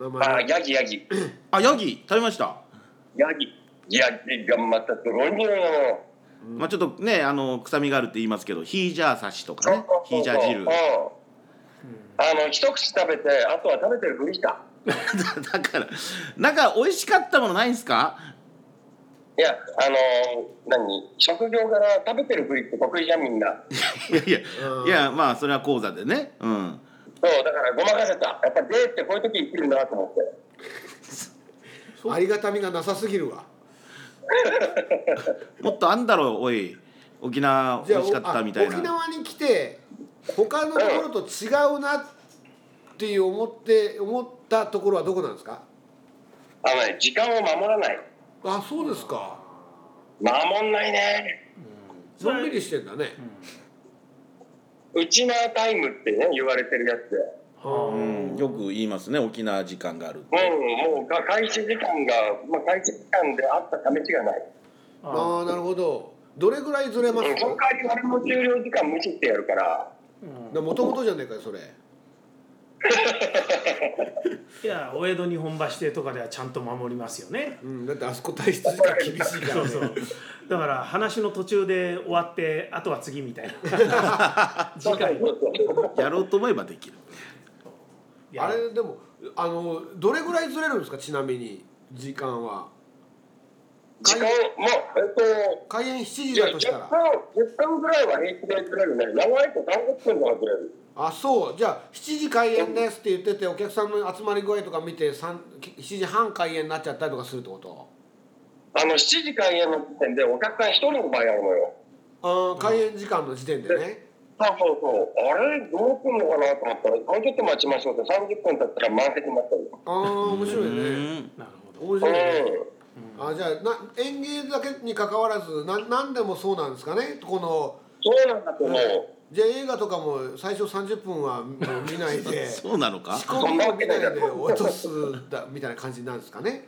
Speaker 3: 名前
Speaker 2: あヤギヤギ
Speaker 1: あヤギ食べました。
Speaker 2: ヤギヤギがまたドロニーの。
Speaker 1: まあちょっとねあの臭みがあるって言いますけど、ヒージャー刺しとかね、ヒージャー
Speaker 2: う
Speaker 1: 汁
Speaker 2: ん。あの一口食べてあとは食べてるふりした。
Speaker 1: だからなんか美味しかったものないんすか？
Speaker 2: いや、あのー何職業柄食べてるふりって得意じゃんみんな。
Speaker 1: いやいや
Speaker 3: うん
Speaker 1: いやまあそれは講座でね。うん。
Speaker 2: そう、だからごまかせた。やっぱデーってこういう時生きるなと思って。
Speaker 3: ありがたみがなさすぎるわ
Speaker 1: もっとあんだろおい沖縄美味しかったみたい
Speaker 3: あ沖
Speaker 1: な
Speaker 3: 縄に来て他のところと違うなっていう思って思ったところはどこなんですか
Speaker 2: あのね、時間を守らない。
Speaker 3: あそうですか
Speaker 2: 守んないね。
Speaker 3: のんびりしてんだね
Speaker 2: うちなタイムってね、言われてるやつで。
Speaker 3: は
Speaker 1: うんよく言いますね沖縄時間がある
Speaker 2: うん、もうが開始時間が、まあ、開始時間であった試しがない。
Speaker 3: あ
Speaker 4: あ
Speaker 3: あーなるほどどれぐらいずれま
Speaker 2: う
Speaker 3: す
Speaker 2: ん、その代わり俺も終了時間無視してやるから。
Speaker 4: うん
Speaker 3: もともとじゃねえかよそれ
Speaker 4: いやお江戸日本橋邸とかではちゃんと守りますよね
Speaker 3: うんだってあそこ退出時間厳しいから
Speaker 4: そうそうだから話の途中で終わってあとは次みたいな次回い
Speaker 2: そうそう
Speaker 1: やろうと思えばできる
Speaker 4: や
Speaker 3: あれでもあのどれぐらいずれるんですかちなみに時間は
Speaker 2: 時間、もう、えっと、
Speaker 3: 開演7時
Speaker 2: いや
Speaker 3: だとした
Speaker 2: 10分
Speaker 3: ら
Speaker 2: 10分ぐらいは平気でずれるね長いと30分とかずれる
Speaker 3: あそうじゃあ7時開演ですって言っててお客さんの集まり具合とか見てさん7時半開演になっちゃったりとかするってこと
Speaker 2: あの7時開演の時点でお客さん1人の場合あるのよ
Speaker 3: あー開演時間の時点でね
Speaker 2: そうそうそうあれどうすんのかなと思ったらもうちょっと待ちましょうって30分経ったら満席になってる
Speaker 3: ああ面白いうね
Speaker 1: ん
Speaker 4: なるほど
Speaker 3: 面
Speaker 2: う
Speaker 3: 白いね
Speaker 2: ん
Speaker 3: あじゃあな演芸だけに関わらずな何でもそうなんですかねこの
Speaker 2: そうなんだと思う、
Speaker 3: じゃあ映画とかも最初30分はもう見ないで
Speaker 1: そうなのか
Speaker 3: 仕込みを見ないで落とすだみたいな感じなんですかね
Speaker 2: ね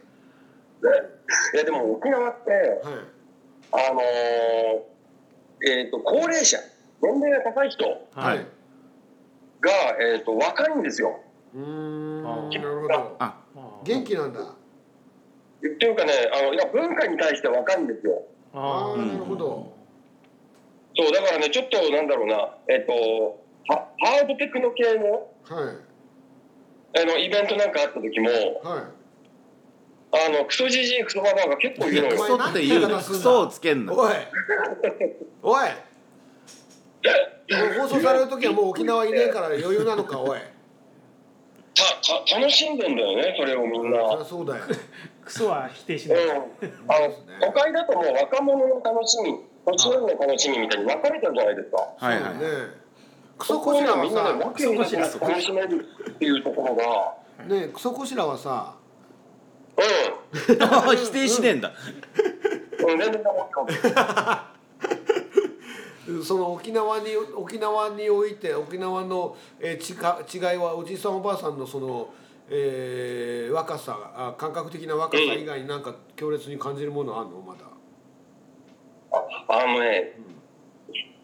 Speaker 2: いやでも沖縄って
Speaker 3: はい
Speaker 2: あのーえっ、と高齢者年齢が高い人
Speaker 4: は
Speaker 2: が、
Speaker 4: い、
Speaker 2: えー、と若いんですよ
Speaker 3: うーん
Speaker 4: あ
Speaker 3: なるほど
Speaker 1: あ
Speaker 4: あー
Speaker 3: 元気なんだ
Speaker 2: っていうかねあのいや文化に対して若いんですよ
Speaker 3: あ
Speaker 4: あ
Speaker 3: あ
Speaker 4: ー
Speaker 3: なるほど
Speaker 2: そうだからねちょっとなんだろうなえっ、とハハードテクノ系の
Speaker 3: はい
Speaker 2: あのイベントなんかあった時も
Speaker 3: はい
Speaker 2: あのクソじじいクソババアが結構いるの
Speaker 1: ク
Speaker 2: よ
Speaker 1: ソって言うなクソをつけんな
Speaker 3: おいおいもう放送される時はもう沖縄いねえから余裕なのかおい
Speaker 2: たた楽しんでんだよねそれをみ
Speaker 3: そ
Speaker 2: ん
Speaker 3: り
Speaker 2: な、
Speaker 3: ゃそうだよ
Speaker 4: クソは否定し
Speaker 2: うん、
Speaker 4: な
Speaker 2: あ
Speaker 4: い、
Speaker 2: の都会だともう若者の楽しみ年寄りの楽しみみたいに分かれてるじゃないですか
Speaker 1: はいはい
Speaker 3: そうだねクソコシラ
Speaker 2: みんなで
Speaker 3: は
Speaker 2: ワクワクして楽しめるっていうところが
Speaker 3: さねえクソコシラはさ
Speaker 2: う
Speaker 1: 否定しねえんだ
Speaker 2: んうん全然思ってなかった
Speaker 3: ねその沖縄に沖縄において沖縄の、えーちか違いはおじいさんおばあさんのその、えー若さあ感覚的な若さ以外になんか強烈に感じるものあるのまだ。
Speaker 2: あのね、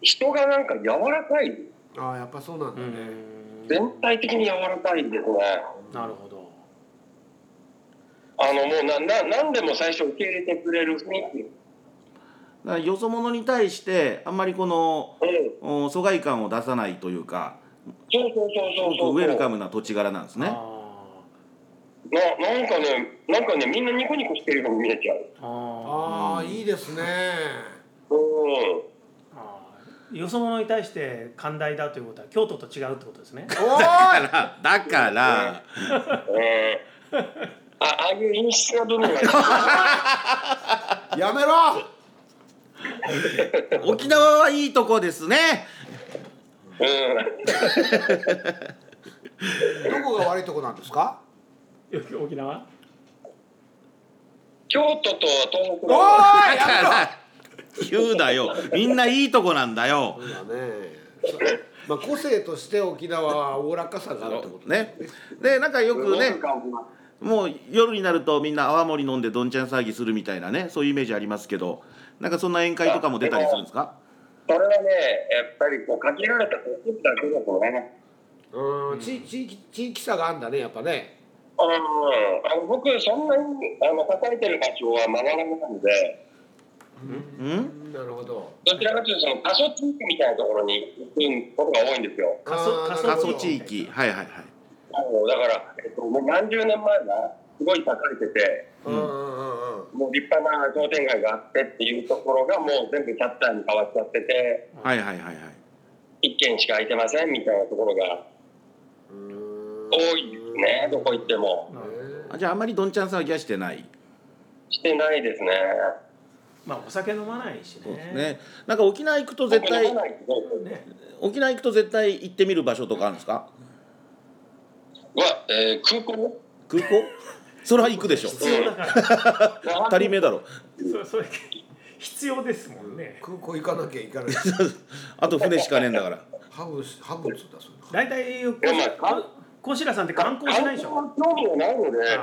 Speaker 2: 人がなんか柔らかい、
Speaker 3: ああやっぱそうなんだ
Speaker 4: う
Speaker 3: ね。
Speaker 4: ん
Speaker 2: 全体的に柔らかいんですね。
Speaker 4: なるほど
Speaker 2: あのもうなな何でも最初受け入れてくれる雰囲気。
Speaker 1: だからよそ者に対してあんまりこの
Speaker 2: うん、
Speaker 1: お疎外感を出さないというか
Speaker 2: そうそうそう
Speaker 1: す
Speaker 2: そ
Speaker 1: ご
Speaker 2: うそう。
Speaker 1: くウェルカムな土地柄なんですね
Speaker 4: あ
Speaker 2: ななんかね、なんかね、みんなニコニコしてるように見えちゃう。
Speaker 3: あ
Speaker 4: ーあ
Speaker 3: あいいですね。
Speaker 2: うん。
Speaker 4: ーあーよそ者に対して寛大だということは京都と違うってことですね
Speaker 3: おーい
Speaker 1: だからだから
Speaker 2: えーあああいう陰湿な部分 があ
Speaker 3: やめろ
Speaker 1: 沖縄はいいとこですね
Speaker 2: うん
Speaker 3: どこが悪いとこなんです か
Speaker 4: 沖縄
Speaker 2: 京都と東北の
Speaker 3: お
Speaker 1: だ
Speaker 3: ーいや
Speaker 1: か
Speaker 3: めろ
Speaker 1: ら言うだよみんないいとこなんだよ
Speaker 3: そうだねそまあ個性として沖縄はおおらかさがあるってこと
Speaker 1: ねでなんかよく
Speaker 2: ウェ
Speaker 1: ね
Speaker 2: ルカムな
Speaker 1: もう夜になるとみんな泡盛飲んでどんちゃん騒ぎするみたいなねそういうイメージありますけどなんかそんな宴会とかも出たりするんですか
Speaker 2: それはね、やっぱりこう限られた国だけだとね。
Speaker 3: うん地地域地域差があるんだねやっぱね
Speaker 2: うん、あの僕そんなにあの書かれてる場所は回らないので、
Speaker 1: うん
Speaker 3: なるほど
Speaker 2: どちらかというとその過疎地域みたいなところに行くことが多いんですよ。
Speaker 4: 過疎
Speaker 3: あー
Speaker 4: 過疎
Speaker 1: 過疎地域はいはいはい
Speaker 2: あのだから、えっと、もう何十年前はすごい書かれてて、
Speaker 3: うんうんうんうん
Speaker 2: もう立派な商店街があってっていうところがもう全部キャッターに変わっちゃってて。
Speaker 1: はいはいはいはい
Speaker 2: 一軒しか空いてませんみたいなところが多いですね、どこ行っても。
Speaker 4: なるほど
Speaker 1: あじゃああんまりどんちゃん騒ぎはしてない
Speaker 2: してないですね。
Speaker 4: まあお酒飲まないしね
Speaker 1: そうですねなんか沖縄行くと絶
Speaker 2: 僕飲
Speaker 1: 対
Speaker 2: まないけど
Speaker 4: ね
Speaker 1: 沖縄行くと絶対行ってみる場所とかあるんですか
Speaker 2: うわ、えー空港
Speaker 1: 空港 それは行くでしょ
Speaker 4: 必要だから
Speaker 1: 当たり目だろ
Speaker 4: そそれ必要ですもんね
Speaker 3: 空港行かなきゃいかない
Speaker 1: あと船しかねえんだから
Speaker 3: ハブスハブツだそれ
Speaker 4: 大体
Speaker 2: やまあか
Speaker 4: 小白さんって観光しないでしょ
Speaker 2: 観光は興味がないので、
Speaker 4: あーやっ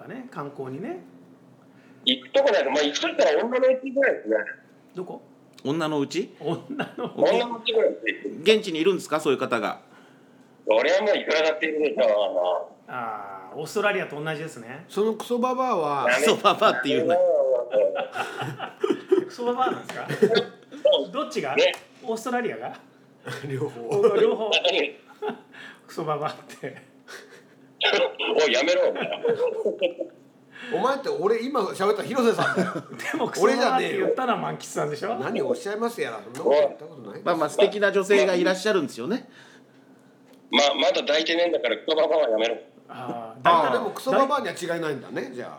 Speaker 4: ぱね観光にね
Speaker 2: 行くとこないと、まあ行くとしたら女の家ぐらいですね。
Speaker 4: どこ
Speaker 1: 女のうち
Speaker 4: 女の
Speaker 2: 女の家ぐらいですね。
Speaker 1: 現地にいるんですかそういう方が
Speaker 2: それはもういくらだっているでしょ
Speaker 4: ああオーストラリアと同じですね
Speaker 3: そのクソババアは
Speaker 2: う。
Speaker 1: クソババアっていうな
Speaker 2: う
Speaker 4: クソババアなんですか
Speaker 2: ん
Speaker 4: どっちが
Speaker 2: ね
Speaker 4: オーストラリアが
Speaker 3: 両方
Speaker 4: 両方
Speaker 2: 何
Speaker 4: クソババアって
Speaker 2: おい、やめろ。お前
Speaker 3: お前って俺今喋った広瀬さんだよ
Speaker 4: でもクソババアって言ったら満喫さんでしょ
Speaker 3: 何をおっしゃいますやらそんなこと言ったことないです
Speaker 1: まあまあ素敵な女性がいらっしゃるんですよね
Speaker 2: ままだ抱いてねえんだから、クソババアはやめろ。
Speaker 4: ああ
Speaker 3: あ
Speaker 4: 抱
Speaker 3: あ
Speaker 4: いた
Speaker 3: で
Speaker 4: ら
Speaker 3: もクソババアには違いないんだねじゃあ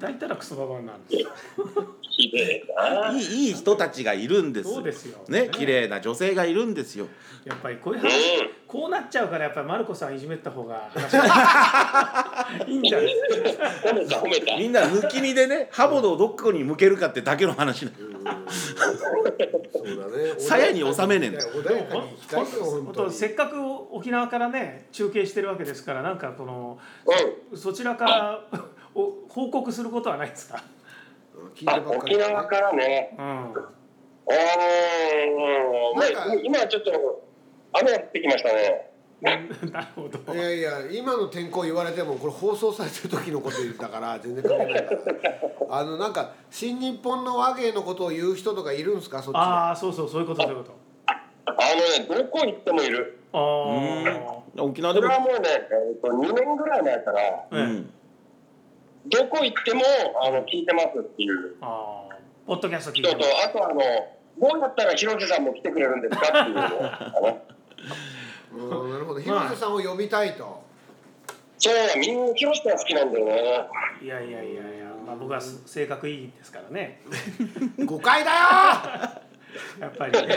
Speaker 4: 抱いたらクソババアになるんですよ
Speaker 2: ひでえな。
Speaker 1: いいいい人たちがいるんです
Speaker 4: そうですよ
Speaker 1: ね綺麗な女性がいるんですよ
Speaker 4: やっぱりこういう
Speaker 2: う
Speaker 4: 話
Speaker 2: ん
Speaker 4: こうなっちゃうからやっぱりマルコさんいじめた方が話 がいいんじゃないですか
Speaker 2: 褒めた褒めた。
Speaker 1: みんな抜き身でね刃物をどこに向けるかってだけの話な
Speaker 3: そうだね
Speaker 1: 鞘に収めねえんだ
Speaker 3: 穏やかに行きたいよ
Speaker 4: 本
Speaker 3: 本当
Speaker 4: 当
Speaker 3: に
Speaker 4: せっかく沖縄からね中継してるわけですからなんかこの
Speaker 2: うん。
Speaker 4: そちらからお報告することはないですか、
Speaker 3: 聞いてば
Speaker 2: あ
Speaker 3: っかり
Speaker 2: 沖縄からね。
Speaker 4: うん、
Speaker 2: おお、ま
Speaker 3: なん
Speaker 2: あ
Speaker 3: か
Speaker 2: 今ちょっと雨が降ってきましたね。
Speaker 4: なるほど
Speaker 3: いやいや今の天候言われてもこれ放送されてる時のこと言ったから全然関係ないからあのなんか新日本の和芸のことを言う人とかいるんですかそっちで
Speaker 4: ああそうそうそういうことそういうこと
Speaker 2: あのね、どこ行ってもいる。
Speaker 4: あ
Speaker 1: の沖縄
Speaker 2: そ
Speaker 1: で
Speaker 2: れ
Speaker 1: も
Speaker 2: はもうね、えっと2年ぐらい前から、
Speaker 1: う
Speaker 4: あ、ね
Speaker 1: ん
Speaker 2: どこ行ってもあの聞いてますっていう
Speaker 4: ああポッドキャスト聞い
Speaker 2: 人
Speaker 4: て
Speaker 2: と、
Speaker 4: ます
Speaker 2: あとあの、どうやったら広瀬さんも来てくれるんですかっていうのをあの
Speaker 3: うんなるほど広瀬さんを呼びたいと、
Speaker 2: そうや、みんな広瀬が好きなんだよね。
Speaker 4: いやいやいやいや、まあ、僕はす性格いいですからね
Speaker 3: 誤解だよ
Speaker 4: やっぱり ね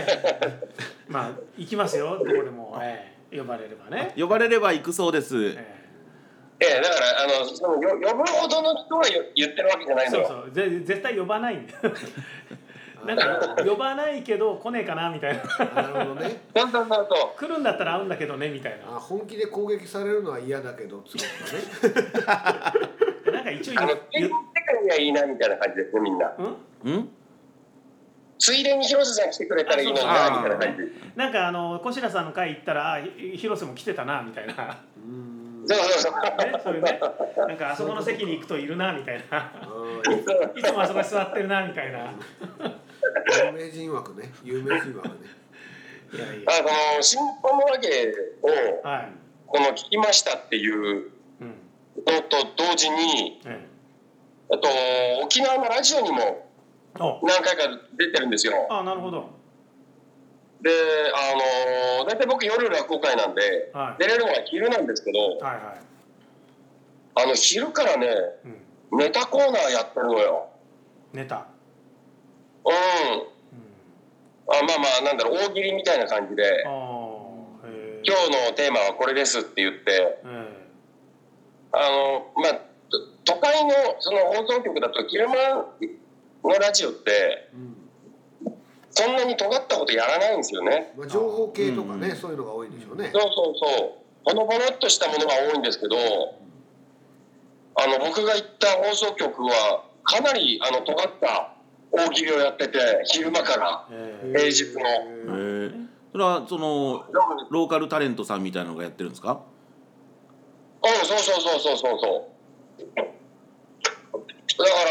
Speaker 4: まあ行きますよどこでも、ええ呼ばれればね、
Speaker 1: 呼ばれれば行くそうです
Speaker 4: ええ
Speaker 2: ええ、だから、あのそのよ呼ぶほどの人が言言ってるわけじゃない
Speaker 4: そ
Speaker 2: の
Speaker 4: う
Speaker 2: よ。
Speaker 4: そうぜ絶対呼ばないんでなんか呼ばないけど来ねえかなみたいな
Speaker 3: なるほどね
Speaker 2: だんだんだんと
Speaker 4: 来るんだったら会うんだけどねみたい
Speaker 3: あ本気で攻撃されるのは嫌だけどつうことね
Speaker 4: ななんか一応
Speaker 2: あの
Speaker 4: 言
Speaker 2: 天国世
Speaker 4: う
Speaker 2: 界がいいなみたいな感じですねみんな
Speaker 4: うん
Speaker 1: うん
Speaker 2: ついでに広瀬さん来てくれたらいいのに
Speaker 1: あ
Speaker 2: な
Speaker 1: そう
Speaker 2: み
Speaker 1: そう
Speaker 2: たいな感じ
Speaker 4: なんかあの小白さんの会行ったらあひ広瀬も来てたなみた いな
Speaker 3: うーん
Speaker 2: そうそうそう
Speaker 4: ねそういうねなんかあそこの席に行くといるなみたいな
Speaker 3: あー
Speaker 4: いつもあそこに座ってるなみたいない
Speaker 3: 有名人枠ね有名人枠ね
Speaker 4: やいや
Speaker 2: あの新本のわけを
Speaker 4: はい
Speaker 2: この聞きましたっていう
Speaker 4: うん
Speaker 2: のと同時に
Speaker 4: え
Speaker 2: あと沖縄のラジオにも
Speaker 4: えお
Speaker 2: 何回か出てるんですよ
Speaker 4: あなるほど
Speaker 2: であの大体僕夜落語会なんで
Speaker 4: はい
Speaker 2: 出れるのは昼なんですけど
Speaker 4: はいは
Speaker 2: あの昼からね
Speaker 4: い、うん、
Speaker 2: ネタコーナーやってるのよ
Speaker 4: ネタ、
Speaker 2: うん
Speaker 4: うん、
Speaker 2: あまあまあなんだろう大喜利みたいな感じで
Speaker 4: ああへえ
Speaker 2: 今日のテーマはこれですって言って
Speaker 4: え
Speaker 2: あのまあと都会のその放送局だと昼間のラジオって
Speaker 3: うん
Speaker 2: そんなに尖ったことやらないんですよね
Speaker 3: まあ情報系とか
Speaker 1: うん
Speaker 3: ね
Speaker 1: うん
Speaker 3: そういうのが多いんでしょうね
Speaker 2: そうそうそうほのぼのっとしたものが多いんですけどあの僕が行った放送局はかなりあの尖った大喜利をやってて昼間から
Speaker 4: えええ
Speaker 2: 平日の
Speaker 1: えー、それはそのローカルタレントさんみたいなのがやってるんですか
Speaker 2: うん、そうそうそうそうそうそう。だか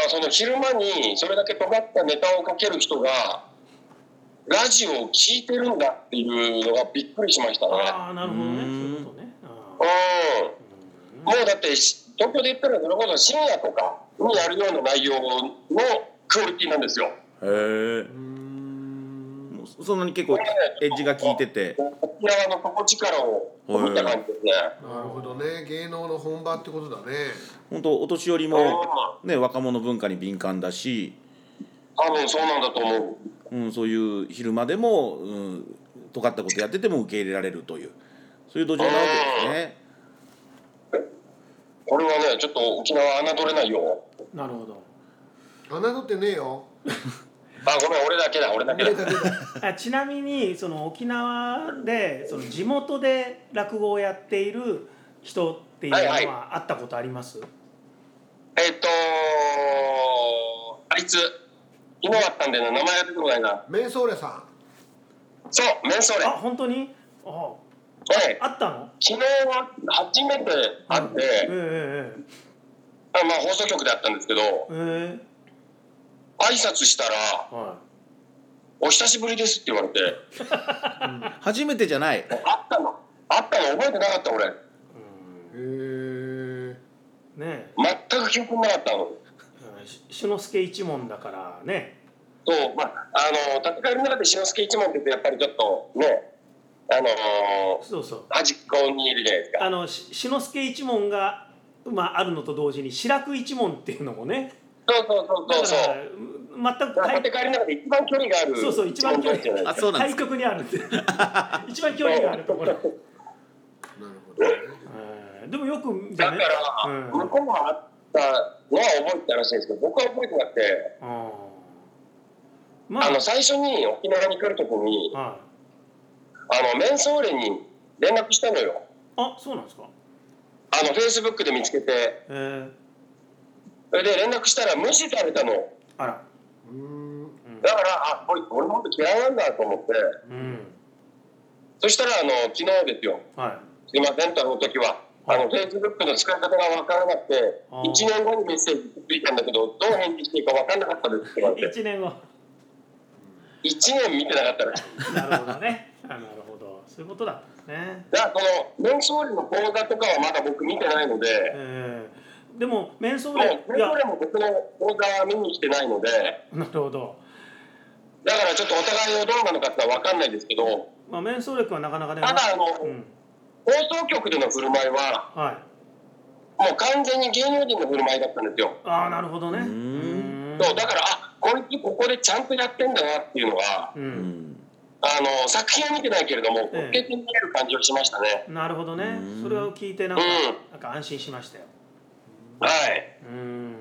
Speaker 2: らその昼間にそれだけ尖ったネタをかける人がラジオを聞いてるんだっていうのがびっくりしましたね。
Speaker 4: ああなるほどね
Speaker 1: う
Speaker 4: そうんいうことねああ
Speaker 2: う
Speaker 4: うん
Speaker 2: ん。もうだってし東京で言ったらそれこそ深夜とかにやるような内容のクオリティなんですよ。
Speaker 1: へえ
Speaker 3: うーん
Speaker 1: そんなに結構エッジが効いてて
Speaker 2: 沖縄の底力を見た感じですね。
Speaker 3: なるほどね芸能の本場ってことだね
Speaker 1: 本当お年寄り
Speaker 2: うん。
Speaker 1: も、ね、若者文化に敏感だし、
Speaker 2: 多分そうなんだと思う。
Speaker 1: うん、そういう昼間でも、うん、尖ったことやってても受け入れられるというそういう土壌なわけですね。
Speaker 2: これはねちょっと沖縄侮れないよ。
Speaker 4: なるほど
Speaker 3: 侮ってねえよ
Speaker 2: あごめん俺だけだ俺だけだ
Speaker 3: 俺。だけだ
Speaker 4: あちなみにその沖縄でその地元で落語をやっている人っていうの
Speaker 2: はいは
Speaker 4: は会ったことあります、
Speaker 2: えっとあいつ昨日あったんでな名前が出てこないな
Speaker 3: メンソーレさ
Speaker 2: そうメンソーレ
Speaker 4: あ
Speaker 2: はい
Speaker 4: 本当にああったの
Speaker 2: 昨日は初めて会っ
Speaker 4: え
Speaker 2: て、
Speaker 4: え
Speaker 2: あまあ放送局であったんですけど
Speaker 4: えええ
Speaker 2: 挨拶したら
Speaker 4: えは
Speaker 2: 「お久しぶりです」って言われて
Speaker 1: 初めてじゃない
Speaker 2: 「あったのあったの覚えてなかった俺
Speaker 3: んへえ
Speaker 4: いね
Speaker 2: 全く記憶になかったの」
Speaker 4: えし志の輔一門だからね
Speaker 2: そうまああの戦いの中で志の輔一門って言うとやっぱりちょっとねあのー
Speaker 4: そうそう
Speaker 2: 端っこにいるじゃないですか
Speaker 4: あのし志の輔一門が、まあ、あるのと同時に白く一門っていうのもね
Speaker 2: そうそうそう
Speaker 4: だ
Speaker 2: そ
Speaker 4: か
Speaker 2: う
Speaker 4: ら
Speaker 2: そう
Speaker 4: 全く
Speaker 2: 戦
Speaker 4: 対
Speaker 2: いの中で一番距離がある
Speaker 4: そうそう一番距離
Speaker 2: じゃないですか
Speaker 1: あそうなんで
Speaker 4: 対
Speaker 1: すか
Speaker 4: 極にある んで一番距離があるところ、
Speaker 3: なるほどね
Speaker 4: うんでもよくじ
Speaker 2: だ
Speaker 4: ゃ
Speaker 2: か
Speaker 4: ね
Speaker 2: ら、
Speaker 4: うん
Speaker 2: 向こうがあったのは覚えてたらしいんですけど僕は覚えてなくて、
Speaker 4: うんまあ
Speaker 2: あの最初に沖縄に来る時に
Speaker 4: はい
Speaker 2: あのメンソーレに連絡したのよ
Speaker 4: あそうなんですか
Speaker 2: あのフェイスブックで見つけて
Speaker 4: えー、
Speaker 2: それで連絡したら無視されたの
Speaker 4: あら
Speaker 3: うーん
Speaker 2: だからあこれ俺のこと嫌いなんだと思って
Speaker 4: うん、
Speaker 2: そしたらあの昨日ですよ
Speaker 4: はい
Speaker 2: すいませんとあの時は。あのフェイスブックの使い方が分からなくて
Speaker 4: あー
Speaker 2: 1年後にメッセージついたんだけどどう返事していいか分からなかったですって言われて
Speaker 4: 1年後
Speaker 2: 1年見てなかったらしい
Speaker 4: なるほどねあなるほどそういうことだったんですね
Speaker 2: だからこの年勝利の講座とかはまだ僕見てないので、
Speaker 4: えー、でも面相
Speaker 2: もう
Speaker 4: でい
Speaker 2: 年
Speaker 4: や
Speaker 2: 勝利も僕の講座は見に来てないので、
Speaker 4: なるほど
Speaker 2: だからちょっとお互いをどうなのかってのは分かんないですけど、
Speaker 4: まあ面相力はなかなかね
Speaker 2: ただあの、
Speaker 4: うん
Speaker 2: 放送局での振る舞いは、
Speaker 4: はい
Speaker 2: もう完全に芸能人の振る舞いだったんですよ。
Speaker 4: ああなるほどね
Speaker 1: う
Speaker 4: う
Speaker 1: ー
Speaker 4: ーん
Speaker 2: そうだから、あこいつここでちゃんとやってんだなっていうのが、
Speaker 4: う
Speaker 1: うんん
Speaker 2: あの作品は見てないけれども、
Speaker 4: ええ
Speaker 2: 滑稽に見える感じをしましたね。
Speaker 4: なるほどね
Speaker 1: うん
Speaker 4: それを聞いてなんか
Speaker 2: う
Speaker 4: なんか安心しましたよ
Speaker 2: はい。
Speaker 4: うーん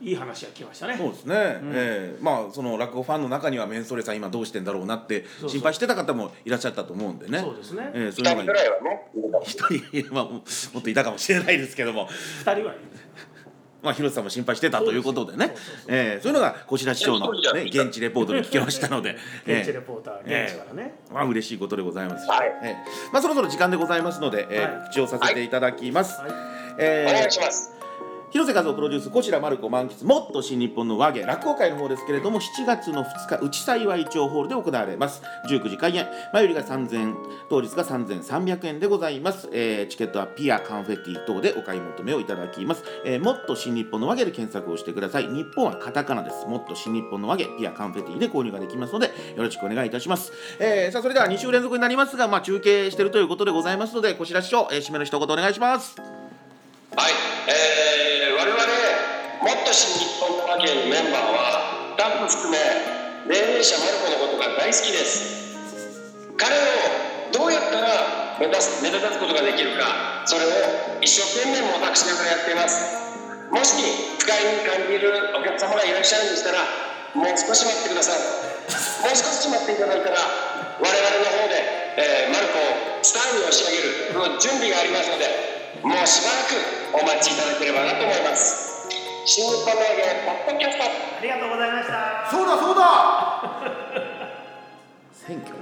Speaker 4: いい話が来ましたね
Speaker 1: そうですね、ええまあその落語ファンの中にはメンソレさん今どうしてんだろうなって
Speaker 4: そう
Speaker 1: 心配してた方もいらっしゃったと思うんでね
Speaker 4: そうですね
Speaker 1: ええそう
Speaker 2: 二
Speaker 1: いうの
Speaker 2: 人
Speaker 1: が
Speaker 2: ぐらいはね、いるだろう
Speaker 1: 一人まあももっといたかもしれないですけども
Speaker 4: 二人はいる
Speaker 1: まあ広瀬さんも心配してたということでね
Speaker 4: そうですよそうそうそう
Speaker 1: ええそういうのがこちら師匠の、
Speaker 2: 一人じゃ
Speaker 1: ね、現地レポートで聞けましたので
Speaker 4: 現地レ
Speaker 1: え
Speaker 4: ポーター、
Speaker 1: ええ
Speaker 4: 現地からね、
Speaker 1: えまあ嬉しいことでございます、
Speaker 2: はい
Speaker 1: ええまあそろそろ時間でございますので、ええ
Speaker 4: はい
Speaker 1: 告知をさせていただきます、
Speaker 4: はい
Speaker 1: え
Speaker 2: お
Speaker 1: え
Speaker 2: 願いします。
Speaker 1: 広瀬和夫プロデュースこちらマルコ満喫もっと新日本の和芸落語会の方ですけれども7月の2日内幸い町ホールで行われます19時開演前よりが3000当日が3300円でございます、えーチケットはピアカンフェティ等でお買い求めをいただきます、えーもっと新日本の和芸で検索をしてください日本はカタカナですもっと新日本の和芸ピアカンフェティで購入ができますのでよろしくお願いいたします、えーさあそれでは2週連続になりますが、まあ、中継しているということでございますのでこちら師匠、えー締めの一言お願いします
Speaker 2: はい、えー、我々もっと新日本の和芸のメンバーはスタッフ含め霊霊者マルコのことが大好きです彼をどうやったら目立つ目立たすことができるかそれを一生懸命模索しながらやっていますもし不快に感じるお客様がいらっしゃるんでしたらもう少し待ってくださいもう少し待っていただいたら我々の方で、えーマルコをスターに押し上げるうん準備がありますのでもうしばらくお待ちいただければなと思います新日本の揚げポッドキャスト
Speaker 4: ありがとうございました
Speaker 3: そうだそうだ
Speaker 1: 選挙